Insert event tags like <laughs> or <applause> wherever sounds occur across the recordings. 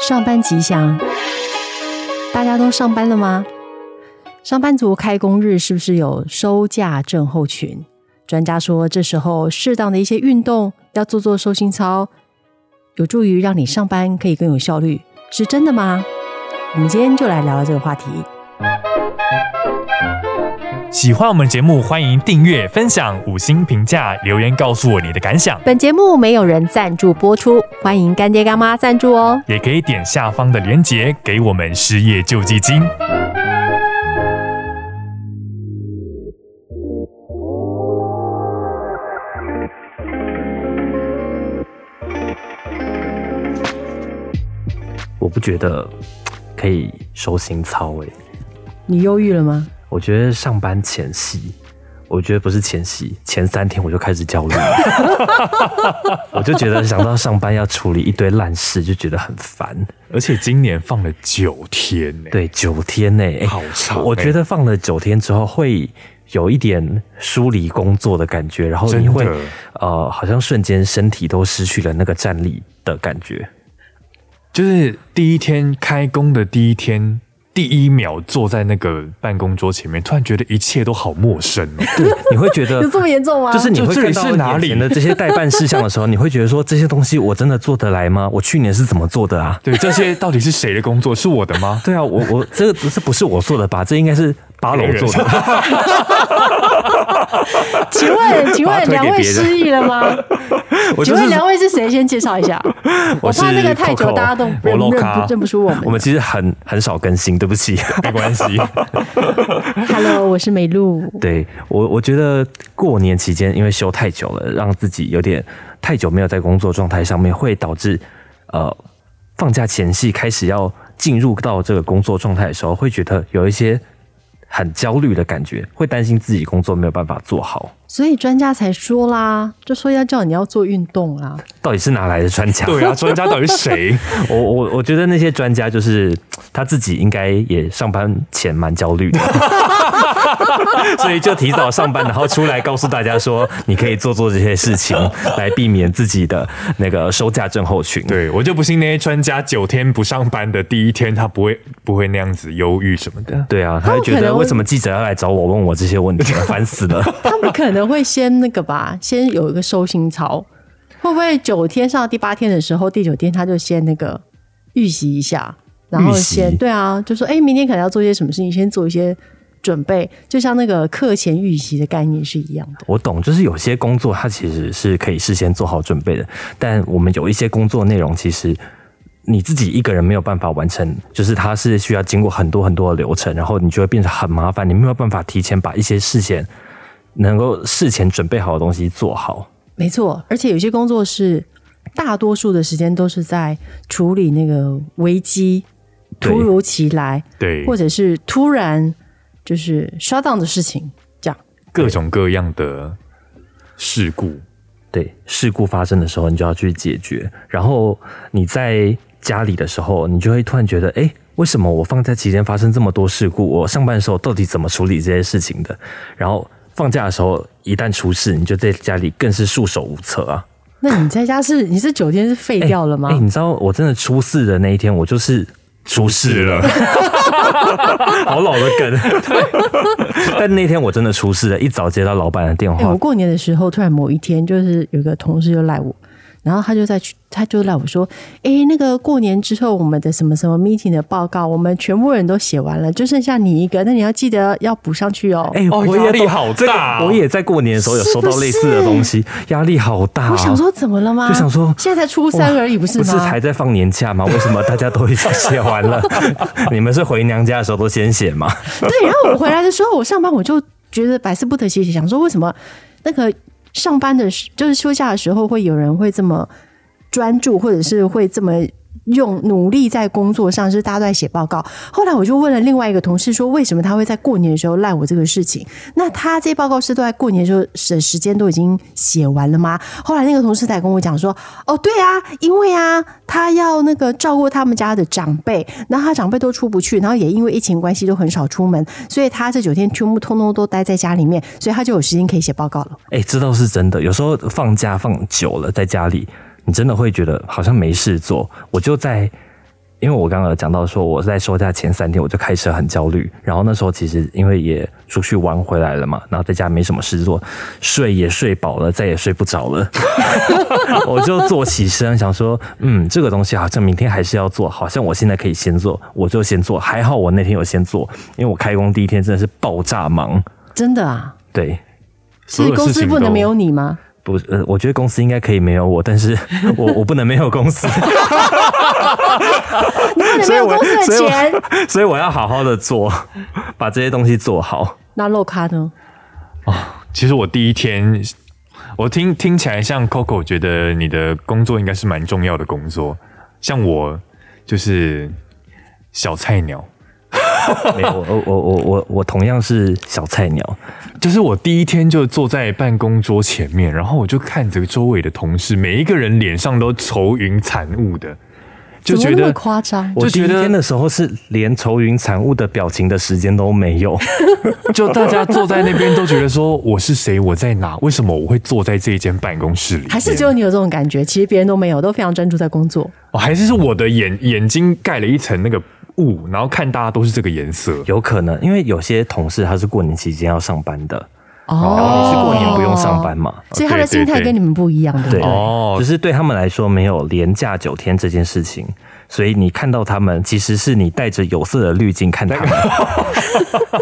上班吉祥！大家都上班了吗？上班族开工日是不是有收假症候群？专家说，这时候适当的一些运动，要做做收心操，有助于让你上班可以更有效率，是真的吗？我们今天就来聊聊这个话题。喜欢我们节目，欢迎订阅、分享、五星评价、留言告诉我你的感想，本节目没有人赞助播出，欢迎干爹干妈赞助哦。也可以点下方的链接给我们失业救济金。我不觉得可以收心操诶、你忧郁了吗？我觉得上班前夕，我觉得不是前夕，前三天我就开始焦虑了， <laughs> 我就觉得想到上班要处理一堆烂事，就觉得很烦。而且今年放了九天呢、对，九天呢、欸好长欸我觉得放了九天之后会有一点疏离工作的感觉，然后你会真的呃，好像瞬间身体都失去了那个站立的感觉。就是第一天开工的第一天，第一秒坐在那个办公桌前面，突然觉得一切都好陌生哦。对，你会 <laughs> 觉得有这么严重吗？就是你会就这里看是哪到里眼前的这些代办事项的时 <laughs> 候，你会觉得说这些东西我真的做得来吗？我去年是怎么做的啊？对，这些到底是谁的工作？是我的 <laughs> 吗？对啊，我 <laughs> 我这个这不是我做的吧？这应该是八楼做的。请 <laughs> 问，请把它问推给两位别人失忆了吗？我请就问是两位是谁？先介绍一下。我 <laughs> <laughs> 我是怕那个太久， Coco，大家都认我认 Loka 不认不出 <laughs> 我们。我们其实很很少更新，对不起。没关系， Hello，我是美露。对我我觉得过年期间因为休太久了，让自己有点太久没有在工作状态上面，会导致呃放假前夕开始要进入到这个工作状态的时候，会觉得有一些很焦虑的感觉，会担心自己工作没有办法做好。所以专家才说啦，就说要叫你要做运动啦。到底是哪来的专家？对啊，专家到底是谁？我我我觉得那些专家就是他自己应该也上班前蛮焦虑的， <laughs> 所以就提早上班，然后出来告诉大家说，你可以做做这些事情来避免自己的那个收假症候群。对我就不信那些专家九天不上班的第一天，他不会不会那样子忧郁什么的。对啊，他们就觉可能得会为什么记者要来找我问我这些问题，烦死了。 <laughs> 他们可能会先那个吧，先有一个收心操，会不会九天上到第八天的时候，第九天他就先那个预习一下，然后预习先对啊，就说哎、诶明天可能要做些什么事情，先做一些准备，就像那个课前预习的概念是一样的。我懂，就是有些工作它其实是可以事先做好准备的，但我们有一些工作内容其实。你自己一个人没有办法完成，就是它是需要经过很多很多的流程，然后你就会变得很麻烦，你没有办法提前把一些事前能够事前准备好的东西做好。没错，而且有些工作是大多数的时间都是在处理那个危机，对突如其来，对，或者是突然就是 shut down 的事情，这样。各种各样的事故。对，事故发生的时候，你就要去解决。然后你在家里的时候，你就会突然觉得，哎，为什么我放假期间发生这么多事故？我上班的时候到底怎么处理这些事情的？然后放假的时候，一旦出事，你就在家里更是束手无策啊！那你在家是你 <laughs> 是九天是废掉了吗？哎，你知道我真的出事的那一天，我就是出事了，好老的梗。 <laughs> 但那天我真的出事了，一早接到老板的电哎、话我，过年的时候，突然某一天，就是有个同事就赖我，然后他就在去，他就赖我说：“哎、那个过年之后，我们的什么什么 meeting 的报告，我们全部人都写完了，就剩下你一个，那你要记得要补上去哦。哎、哦我也压力懂好这个大哦我也在过年的时候有收到类似的东西，压力好大、我想，说，怎么了吗？啊就想说现在才初三而已，不是不吗？是才在放年假吗？为什么大家都已经写完了？ <laughs> 你们是回娘家的时候都先写吗？ <laughs> 对。然后我回来的时候，我上班我就觉得百思不得其解，想说为什么那个上班的时，就是休假的时候，会有人会这么专注，或者是会这么。用努力在工作上，就是大家都在写报告。后来我就问了另外一个同事，说为什么他会在过年的时候赖我这个事情？那他这些报告是都在过年的时候的时间都已经写完了吗？后来那个同事才跟我讲说，哦，对啊，因为啊，他要那个照顾他们家的长辈，然后他长辈都出不去，然后也因为疫情关系都很少出门，所以他这九天全部通通都待在家里面，所以他就有时间可以写报告了。哎、这倒是真的。有时候放假放久了，在家里，你真的会觉得好像没事做。我就在因为我刚刚有讲到说，我在休假前三天我就开始很焦虑，然后那时候其实因为也出去玩回来了嘛，然后在家没什么事做，睡也睡饱了，再也睡不着了， <laughs> 我就坐起身想说，嗯，这个东西好像明天还是要做，好像我现在可以先做，我就先做。还好我那天有先做，因为我开工第一天真的是爆炸忙，真的啊，对，所是有事公情司不能都没有你吗？不，呃，我觉得公司应该可以没有我，<laughs> 但是我我不能没有公司， <laughs> 你不能没有公司的所以我钱，所以我要好好的做，把这些东西做好。 <laughs> 那肉咖呢？其实我第一天，我听听起来像 Coco 觉得你的工作应该是蛮重要的工作，像我就是小菜鸟，没有，我我我我我同样是小菜 <laughs> 鸟，就是我第一天就坐在办公桌前面，然后我就看着周围的同事，每一个人脸上都愁云惨雾的，就怎觉么那得么夸张？我就第一觉天得的时候是连愁云惨雾的表情的时间都没有，就大家坐在那边都觉得说我是谁，我在哪，为什么我会坐在这一间办公室里面？还是只有你有这种感觉，其实别人都没有，都非常专注在工作。哦，还是是我的眼眼睛盖了一层那个雾，然后看大家都是这个颜色。有可能因为有些同事他是过年期间要上班的，然后哦，你是过年不用上班哦嘛，所以他的心态跟你们不一样，对不对，对？哦只是对他们来说没有连假九天这件事情，所以你看到他们，其实是你带着有色的滤镜看他们，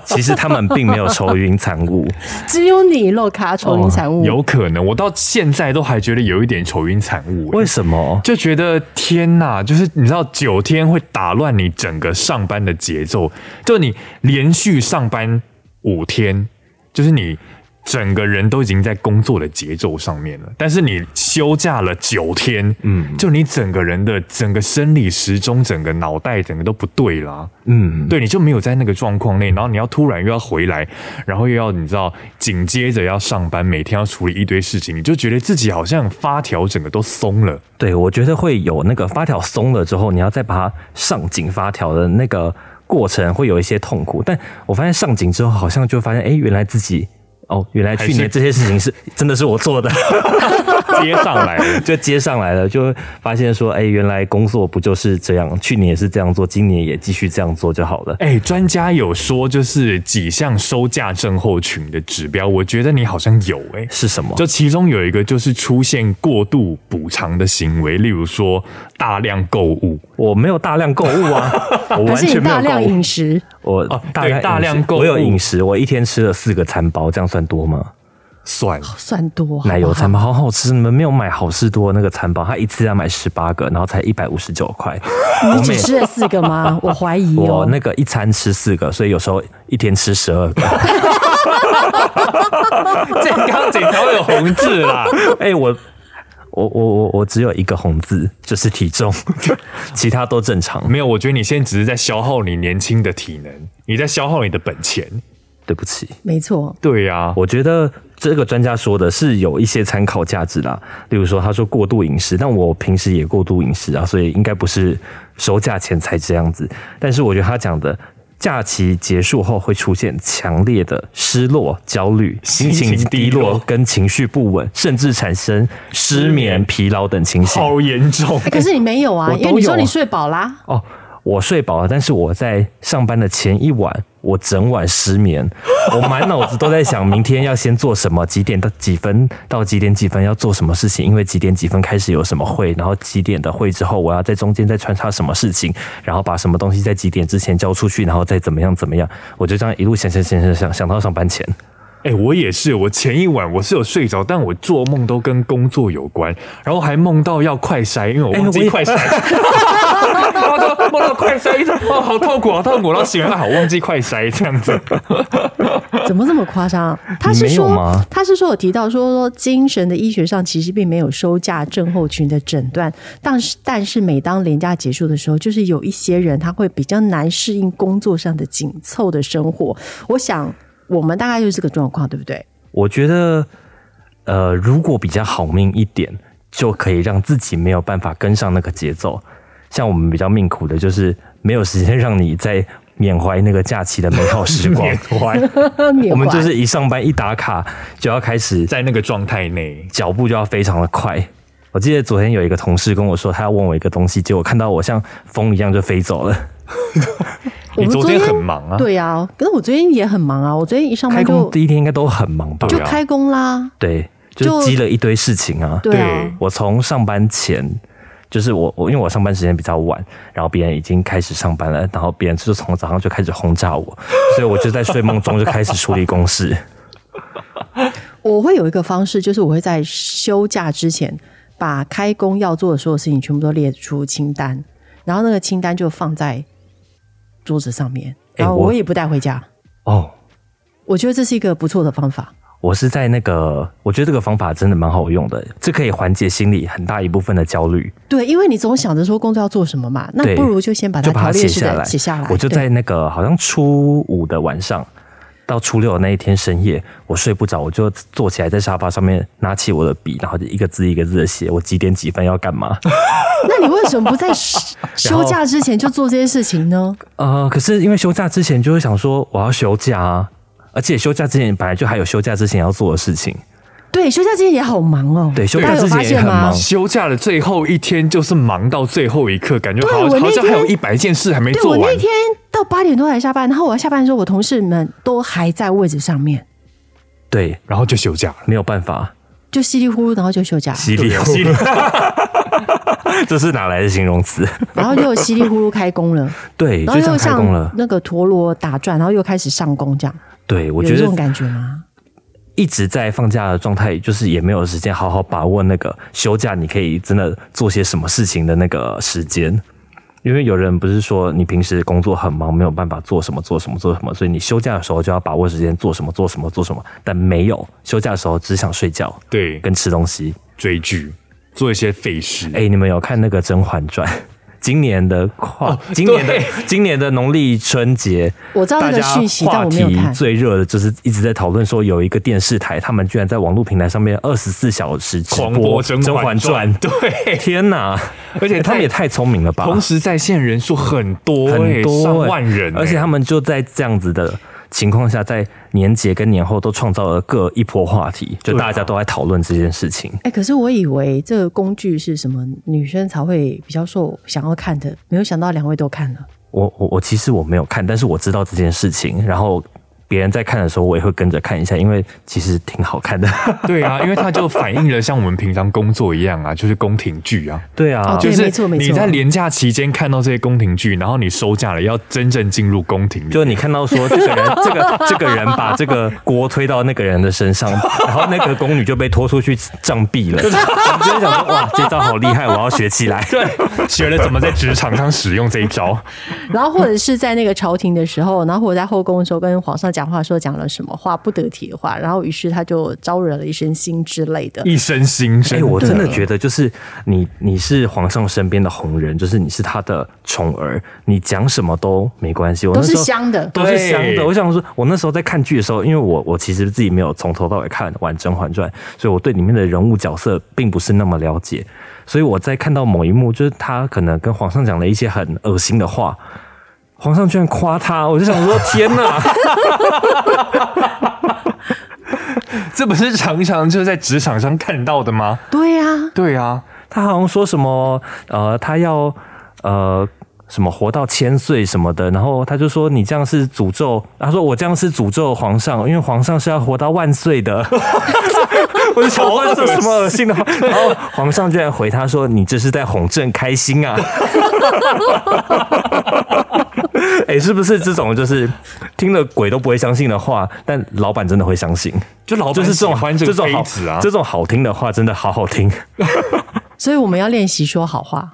其实他们并没有愁云惨雾，只有你肉咖愁云惨哦雾，有可能，我到现在都还觉得有一点愁云惨雾、为欸，什么？就觉得天呐，就是你知道九天会打乱你整个上班的节奏，就你连续上班五天，就是你整个人都已经在工作的节奏上面了，但是你休假了九天，嗯，就你整个人的整个生理时钟、整个脑袋、整个都不对啦、嗯，对，你就没有在那个状况内，然后你要突然又要回来，然后又要你知道，紧接着要上班，每天要处理一堆事情，你就觉得自己好像发条整个都松了，对，我觉得会有那个发条松了之后，你要再把它上紧发条的那个过程会有一些痛苦，但我发现上紧之后，好像就发现，哎，原来自己。哦，原来去还年是这些事情是真的是我做的，接上来了。<laughs> <laughs> 就接上来了，就发现说，哎、原来工作不就是这样？去年也是这样做，今年也继续这样做就好了。哎，专家有说就是几项收假症候群的指标，我觉得你好像有哎、是什么？就其中有一个就是出现过度补偿的行为，例如说大量购物我没有大量购物啊，我还完是你全没有大量购物饮。食？我哦对大量饮食大量购物我有饮食，我一天吃了四个餐包，这样算多吗？算 <laughs> 算多，奶油餐吗？包好好吃，你们没有买好事多那个餐包，它一次要买十八个，然后才一百五十九块。 <laughs> 你只吃了四个吗？我怀疑我哦。那个一餐吃四个，所以有时候一天吃十二个。健康检查有红字啦， <laughs> 哎、我我我我我只有一个红字，就是体重， <laughs> 其他都正常。没有，我觉得你现在只是在消耗你年轻的体能，你在消耗你的本钱。对不起，没错，对呀、啊，我觉得这个专家说的是有一些参考价值啦。例如说，他说过度饮食，但我平时也过度饮食啊，所以应该不是收假前才这样子。但是我觉得他讲的。假期结束后会出现强烈的失落、焦虑、心情情低低落落跟情绪不稳，甚至产生失眠、疲劳等情形。好严重哎，可是你没有啊，我都因为你说有啊你睡饱啦，哦，我睡饱了，但是我在上班的前一晚，我整晚失眠，我满脑子都在想明天要先做什么，几点到几分到几点几分要做什么事情，因为几点几分开始有什么会，然后几点的会之后，我要在中间再穿插什么事情，然后把什么东西在几点之前交出去，然后再怎么样怎么样，我就这样一路想想想想想想到上班前。哎、我也是，我前一晚我是有睡着，但我做梦都跟工作有关，然后还梦到要快筛，因为我忘哎我记也 <laughs> 快筛，然后就梦到快筛，一直哦好痛苦，好痛苦，然后醒来好啊忘记快筛这样 <laughs> 子。怎么这么夸张？啊他是没有说吗，他是说有提到说说精神的医学上其实并没有收假症候群的诊断，但是但是每当年假结束的时候，就是有一些人他会比较难适应工作上的紧凑的生活。我想我们大概就是这个状况，对不对？我觉得，呃，如果比较好命一点，就可以让自己没有办法跟上那个节奏。像我们比较命苦的，就是没有时间让你在缅怀那个假期的美好时光 <laughs> 缅。怀缅怀我们就是一上班一打卡就要开始，在那个状态内，脚步就要非常的快。我记得昨天有一个同事跟我说，他要问我一个东西，结果看到我像风一样就飞走了。我你们昨天很忙啊，对啊，可是我昨天也很忙啊，我昨天一上开班工啊就第一天应该都很忙吧？就对啊开工啦，对，就就积了一堆事情啊。对对啊，我从上班前，就是我我因为我上班时间比较晚，然后别人已经开始上班了，然后别人就从早上就开始轰炸我， <laughs> 所以我就在睡梦中就开始处理公事。我会有一个方式，就是我会在休假之前把开工要做的所有事情全部都列出清单，然后那个清单就放在桌子上面，哎然后我我也不带回家。哦，我觉得这是一个不错的方法。我是在那个，我觉得这个方法真的蛮好用的，这可以缓解心里很大一部分的焦虑。对，因为你总想着说工作要做什么嘛，那对不如就先把它就把条它列写式下的来，写下来。我就对在那个好像初五的晚上到初六的那一天深夜，我睡不着，我就坐起来在沙发上面拿起我的笔，然后就一个字一个字的写，我几点几分要干嘛。那你为什么不在 <laughs> 休假之前就做这些事情呢？呃，可是因为休假之前就会想说我要休假啊，而且休假之前本来就还有休假之前要做的事情，对，休假之前也好忙哦。对休假大家有之前发也现很吗忙休假的最后一天就是忙到最后一刻，感觉好对我那好像还有天一百件事还没对做我完那。天到八点多才下班，然后我下班的时候，我同事们都还在位置上面，对，然后就休假了，没有办法，就稀里糊涂，然后就休假，<laughs> 犀利，犀利 <laughs> 这是哪来的形容词？然后又稀里糊涂开工 <laughs> 了，对，然就后这样又开像工了。那个陀螺打转，然后又开始上工，这样对，我有觉这得种感觉吗？一直在放假的状态，就是也没有时间好好把握那个休假，你可以真的做些什么事情的那个时间。因为有人不是说你平时工作很忙，没有办法做什么做什么做什么，所以你休假的时候就要把握时间做什么做什么做什么，但没有休假的时候只想睡觉对，跟吃东西。追剧，做一些废事。哎、你们有看那个《甄嬛传》？ <laughs> 今年的跨，今年的哦对今年的农历春节，我知道大那个家讯息，但话我没有题看。最热的就是一直在讨论说，有一个电视台，他们居然在网络平台上面二十四小时直狂播播《甄甄嬛嬛传传》。 <laughs> 对， <laughs> 天哪！而且他们也太聪明了吧，同时在线人数很多、欸，很多、上欸万人、欸，而且他们就在这样子的情况下，在年节跟年后都创造了各一波话题，就对啊大家都在讨论这件事情。哎、可是我以为这个工具是什么女生才会比较受想要看的，没有想到两位都看了。我我我其实我没有看，但是我知道这件事情，然后别人在看的时候，我也会跟着看一下，因为其实挺好看的。 <laughs> 对啊，因为它就反映了像我们平常工作一样啊，就是宫廷剧啊。对啊，哦就对是没错没错你在廉假期间看到这些宫廷剧，然后你收假了，要真正进入宫廷里，就你看到说这个人，这 <laughs> 个这个人把这个锅推到那个人的身上，然后那个宫女就被拖出去杖 <laughs> 毙了。我就会想说，哇，这招好厉害，我要学起来。对，学了怎么在职场上使用这一招。然后或者是在那个朝廷的时候，然后或者在后宫的时候跟皇上讲话的时候讲了什么话不得体的话，然后于是他就招惹了一身腥之类的。一身心哎、声。我真的觉得就是你，你是皇上身边的红人，就是你是他的宠儿，你讲什么都没关系。我那都是时候香的都是香对的。我想说，我那时候在看剧的时候，因为我我其实自己没有从头到尾看完《甄嬛传》，所以我对里面的人物角色并不是那么了解。所以我在看到某一幕，就是他可能跟皇上讲了一些很恶心的话，皇上居然夸他，我就想说，天哪！这不是常常就是在职场上看到的吗？对呀、对啊，他好像说什么呃，他要呃什么活到千岁什么的，然后他就说你这样是诅咒，他说我这样是诅咒皇上，因为皇上是要活到万 <laughs> 岁的。我就想问这什么恶心的话，然后皇上居然回他说你这是在哄朕开心啊。 <laughs> 哎、是不是这种就是听了鬼都不会相信的话，但老板真的会相信？就老板就是这种喜欢这个种好妃子啊这种好听的话真的好好听。所以我们要练习说好话。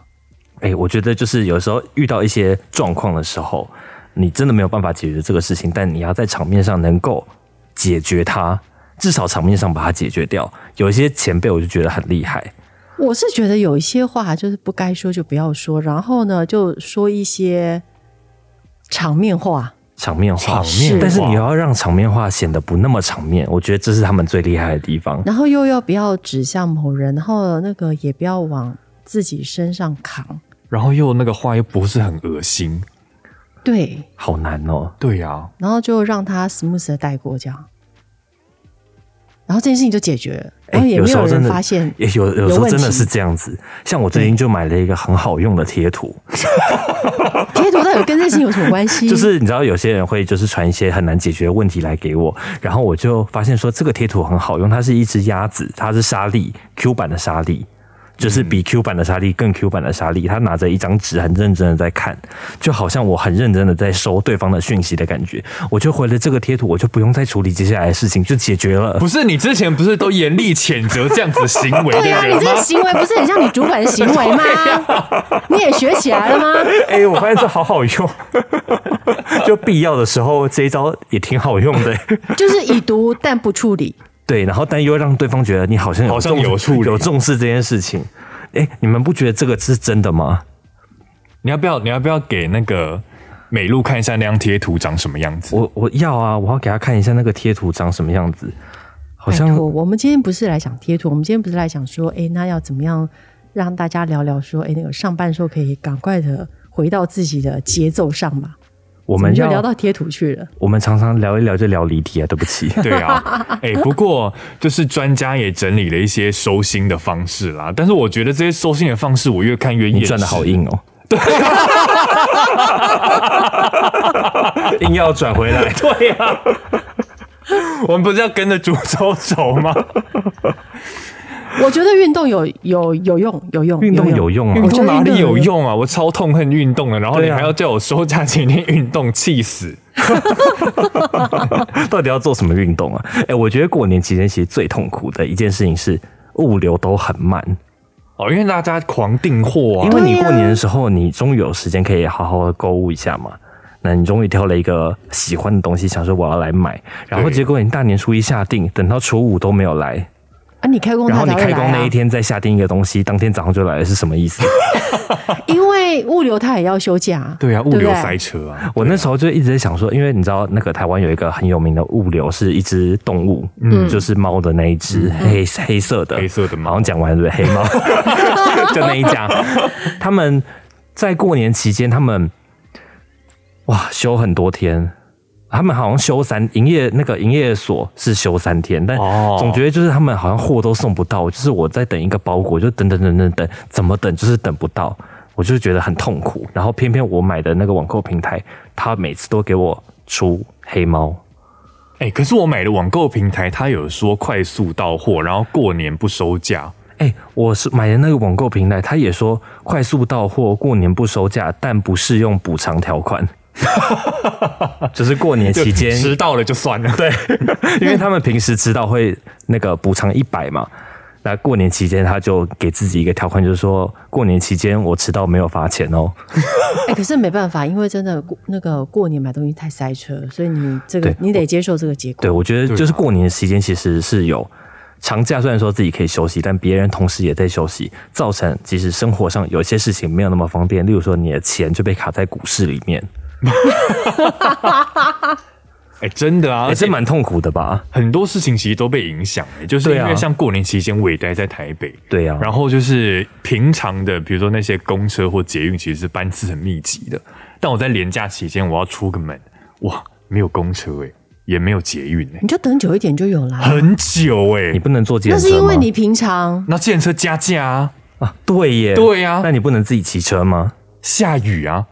哎、我觉得就是有时候遇到一些状况的时候，你真的没有办法解决这个事情，但你要在场面上能够解决它，至少场面上把它解决掉。有一些前辈我就觉得很厉害，我是觉得有一些话就是不该说就不要说，然后呢就说一些场面话。场面话，场面话但是你要让场面话显得不那么场面，我觉得这是他们最厉害的地方。然后又要不要指向某人，然后那个也不要往自己身上扛。然后又那个话又不是很恶心。对，好难哦，对啊，然后就让他 smooth 的带过这样，然后这件事情就解决了。哎、然后也有没时候人真的发现也有有时有候问真的题是这样子。像我最近就买了一个很好用的贴图，贴图到底跟这哎些有什么关系？ <laughs> 就是你知道有些人会就是传一些很难解决的问题来给我，然后我就发现说这个贴图很好用，它是一只鸭子，它是沙粒 Q 版的沙粒。就是比 Q 版的沙粒更 Q 版的沙粒，他拿着一张纸很认真的在看，就好像我很认真的在收对方的讯息的感觉。我就回了这个贴图，我就不用再处理接下来的事情，就解 <laughs> 决了。不是你之前不是都严厉谴责这样子行为 <laughs> 的对啊，你人这吗个？行为不是很像你主管的行为吗？你也学起来了吗？哎、我发现这好好用， <laughs> 就必要的时候这一招也挺好用的、就是已读但不处理，对，然后但又让对方觉得你好像有好像重有处理有重视这件事情。哎，你们不觉得这个是真的吗？你要不要你要不要给那个美露看一下那张贴图长什么样 <laughs> 子？我我要啊，我要给他看一下那个贴图长什么样子，好拜像托，我们今天不是来讲贴图，我们今天不是来讲说，哎、那要怎么样让大家聊聊说，哎、那个上班的时候可以赶快的回到自己的节奏上嘛？我我们就要聊到贴图去了。我们常常聊一聊就聊离题啊，对不 <laughs> 起。对啊，哎、不过就是专家也整理了一些收心的方式啦，但是我觉得这些收心的方式，我越看越你厌转的世。好硬哦，对，硬要转回 <laughs> 来，对啊，我们不是要跟着主轴走 <laughs> 吗？我觉得运动有有有用，有用，运动有用啊运我觉动得哪里有？用啊？我超痛恨运动的，然后你对啊还要叫我休假前一天运动，气死！到底要做什么运动啊？哎，我觉得过年期间其实最痛苦的一件事情是物流都很慢。哦，因为大家狂订货啊因，为你对过呀年的时候，你终于有时间可以好好的购物一下嘛。那你终于挑了一个喜欢的东西，想说我要来买，然后对结果你大年初一下定，等到初五都没有来，啊，你开工然他后你才会来开工那啊一，天再下定一个东西，当天早上就来了，是什么意思？因为物流他也要休假。对啊，物不流对塞车啊，我那时候就一直在想说，因为你知道那个台湾有一个很有名的物流是一只动物，嗯，就是猫的那一只黑黑色的黑色的好猫像，讲完了对不对？黑猫就那一家，他们在过年期间，他们哇休很多天，他们好像休三营业那个营业所是休三天，但哦总觉得就是他们好像货都送不到，就是我在等一个包裹，就等等等等等，怎么等就是等不到，我就觉得很痛苦。然后偏偏我买的那个网购平台，他每次都给我出黑猫。哎、可是我买的网购平台，它有说快速到货，然后过年不收价。哎、我是买的那个网购平台，他也说快速到货，过年不收价，但不适用补偿 <laughs> 条款。就是过年期间，迟到了就算了，对，因为他们平时迟到会那个补偿一百嘛，那过年期间他就给自己一个条款，就是说过年期间我迟到没有罚钱哦。哎、可是没办法，因为真的过那个过年买东西太塞车，所以你这个对你得接受这个结对，啊果。我觉得就是过年期间其实是有长假，虽然说自己可以休息，但别人同时也在休息，造成其实生活上有一些事情没有那么方便，例如说你的钱就被卡在股市里面。 <laughs> 哎、真的啊，而而且且蛮痛苦的吧？很多事情其实都被影响、哎就是对因啊为像过年期间我也待在台北，对啊然后就是平常的，比如说那些公车或捷运，其实是班次很密集的，但我在连假期间我要出个门，哇，没有公车哎、也没有捷运哎、你就等久一点就有啦。 <laughs> 很久哎、你不能坐计那程是车因吗为你平常那建车加价啊，啊，对耶，对呀那你不能自己骑车吗？下雨啊，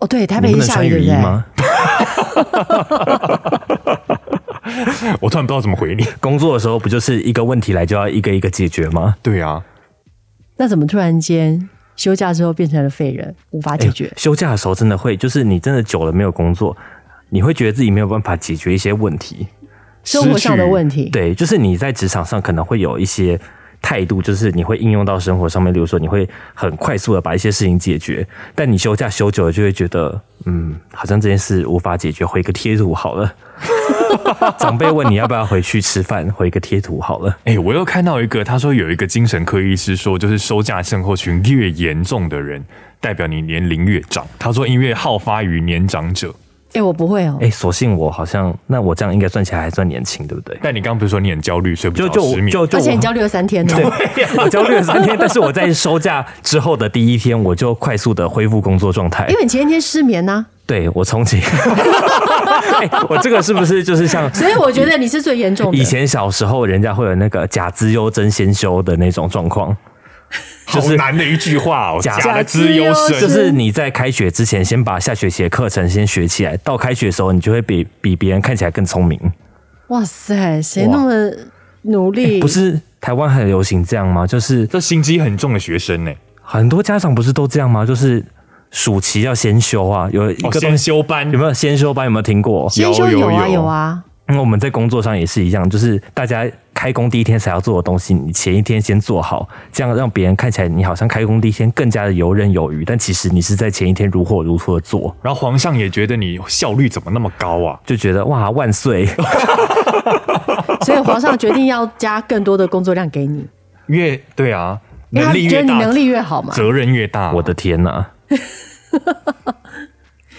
哦，对，台你北不是能下穿雨，对雨不衣对？吗？我突然不知道怎么回你。工作的时候不就是一个问题来就要一个一个解决吗？对啊，那怎么突然间休假之后变成了废人，无法解决？哎休假的时候真的会，就是你真的久了没有工作，你会觉得自己没有办法解决一些问题。生活上的问题，对，就是你在职场上可能会有一些态度，就是你会应用到生活上面，例如说你会很快速的把一些事情解决，但你休假休久了就会觉得，嗯，好像这件事无法解决，回个贴图 <laughs> 好了。长辈问你要不要回去吃饭，回个贴图好了。哎、我又看到一个，他说有一个精神科医师说，就是收假症候群越严重的人，代表你年龄越长。他说因为好发于年长者。哎、我不会哦哎、。所幸我好像，那我这样应该算起来还算年轻，对不对？但你刚刚不是说你很焦虑，睡不就着，就失眠？就就而且我你交流了三天呢，哦我焦虑了三天，但是我在收假之后的第一天，我就快速的恢复工作状态因。为你前一天失眠呐、对我 <laughs> 憧憬。哎、我这个是不是就是像所以我觉得你是最严重的。以前小时候人家会有那个假资优真先修的那种状况？好难的一句话哦，假的资优生，就是你在开学之前先把下学期的课程先学起来，到开学的时候你就会比比别人看起来更聪明。哇塞，谁那么努力？哎不是台湾很流行这样吗？就是这心机很重的学生呢、很多家长不是都这样吗？就是暑期要先修啊，有一哦，个先东西、修班有没有先修班？有没有听过？先修有有啊有有 <laughs> 啊，嗯那我们在工作上也是一样，就是大家开工第一天才要做的东西，你前一天先做好，这样让别人看起来你好像开工第一天更加的游刃有余，但其实你是在前一天如火如荼的做，然后皇上也觉得你效率怎么那么高啊？就觉得哇万 <laughs> 岁！所以皇上决定要加更多的工作量给 <laughs> 你，越对啊，因为能他力觉得越你大，能力越好嘛。责任越大。我的天呐、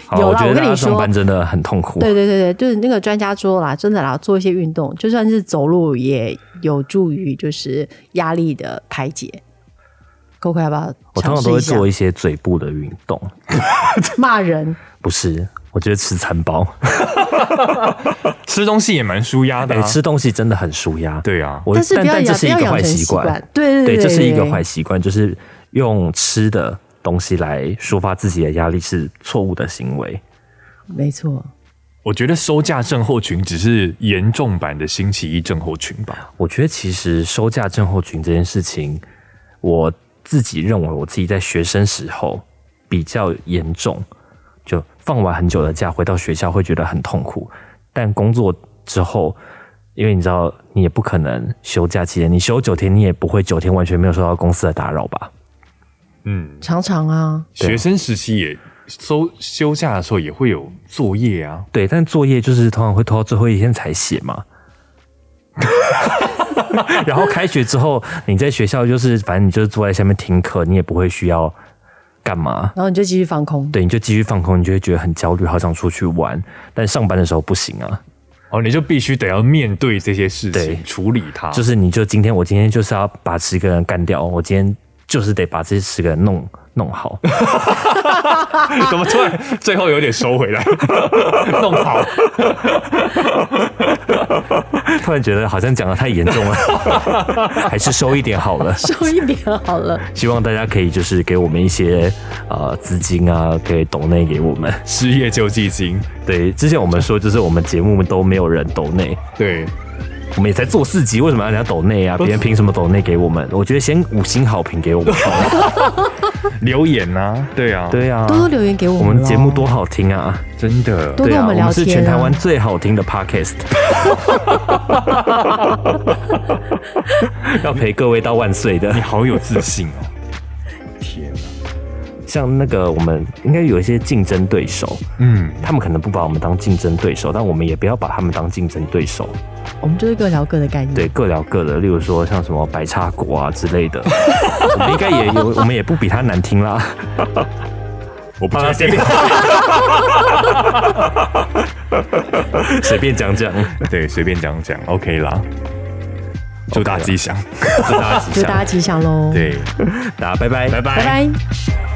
好，有啦我觉我得跟大你家说上班真的很痛苦。对对对对，就是那个专家说啦，真的啦，做一些运动，就算是走路也有助于就是压力的排解。扣扣要不要我通尝常试一都会下做一些嘴部的运动，骂人？不是，我觉得吃餐包，吃东西也蛮舒压的、哎、啊吃东西真的很舒压。对啊，我但是不要但这养，不是一要个养坏成习习惯惯。。对对，对，这是一个坏。习惯，就是用吃的东西来抒发自己的压力是错误的行为。没错，我觉得收假症候群只是严重版的星期一症候群吧。我觉得其实收假症候群这件事情，我自己认为我自己在学生时候比较严重，就放完很久的假回到学校会觉得很痛苦，但工作之后。因为你知道，你也不可能休假期间，你休九天，你也不会九天完全没有受到公司的打扰吧？嗯，常常啊，对啊学生时期也收休假的时候也会有作业啊，对，但作业就是通常会拖到最后一天才写嘛。 <laughs> 然后开学之后，你在学校就是反正你就是坐在下面听课，你也不会需要干嘛，然后你就继续放 <laughs> 空。对，你就继续放空，你就会觉得很焦虑，好想出去玩。但上班的时候不行啊，哦，你就必须得要面对这些事对情，处理它。就是你就今天我今天就是要把十个人干掉，我今天就是得把这十个人弄弄好。 <laughs> <laughs> 怎么突然最后有点收回来，弄好。突然觉得好像讲的太严重了， <laughs> 还是收一点好了。收一点好了，希望大家可以就是给我们一些呃资金啊，可以抖内给我们。 <laughs> 失业救济金，对，之前我们说就是我们节目都没有人抖内，对，我们也才做四集，为什么要人家抖内啊？别人凭什么抖内给我们？我觉得先五星好评给我们。啊留言啊，对啊，，对啊，多多留言给我我们咯。们节目多好听啊！真的，多对跟啊，我们我聊天啊们是全台湾最好听的 podcast。要陪各位到万岁的你，好有自信哦。天哪，像那个我们应该有一些竞争对手，嗯，他们可能不把我们当竞争对手，但我们也不要把他们当竞争对手。我们就是各聊各的概念。对，各聊各的，例如说像什么白茶果啊之类 <laughs> 的，我们应该也有，我们也不比他难听啦。我不 <laughs> 好了确啊定随便，随便讲讲，对，随便讲讲，OK 啦。祝大家吉祥，祝大家吉祝大家祥，吉祥喽！对，大家拜拜，拜拜拜。拜。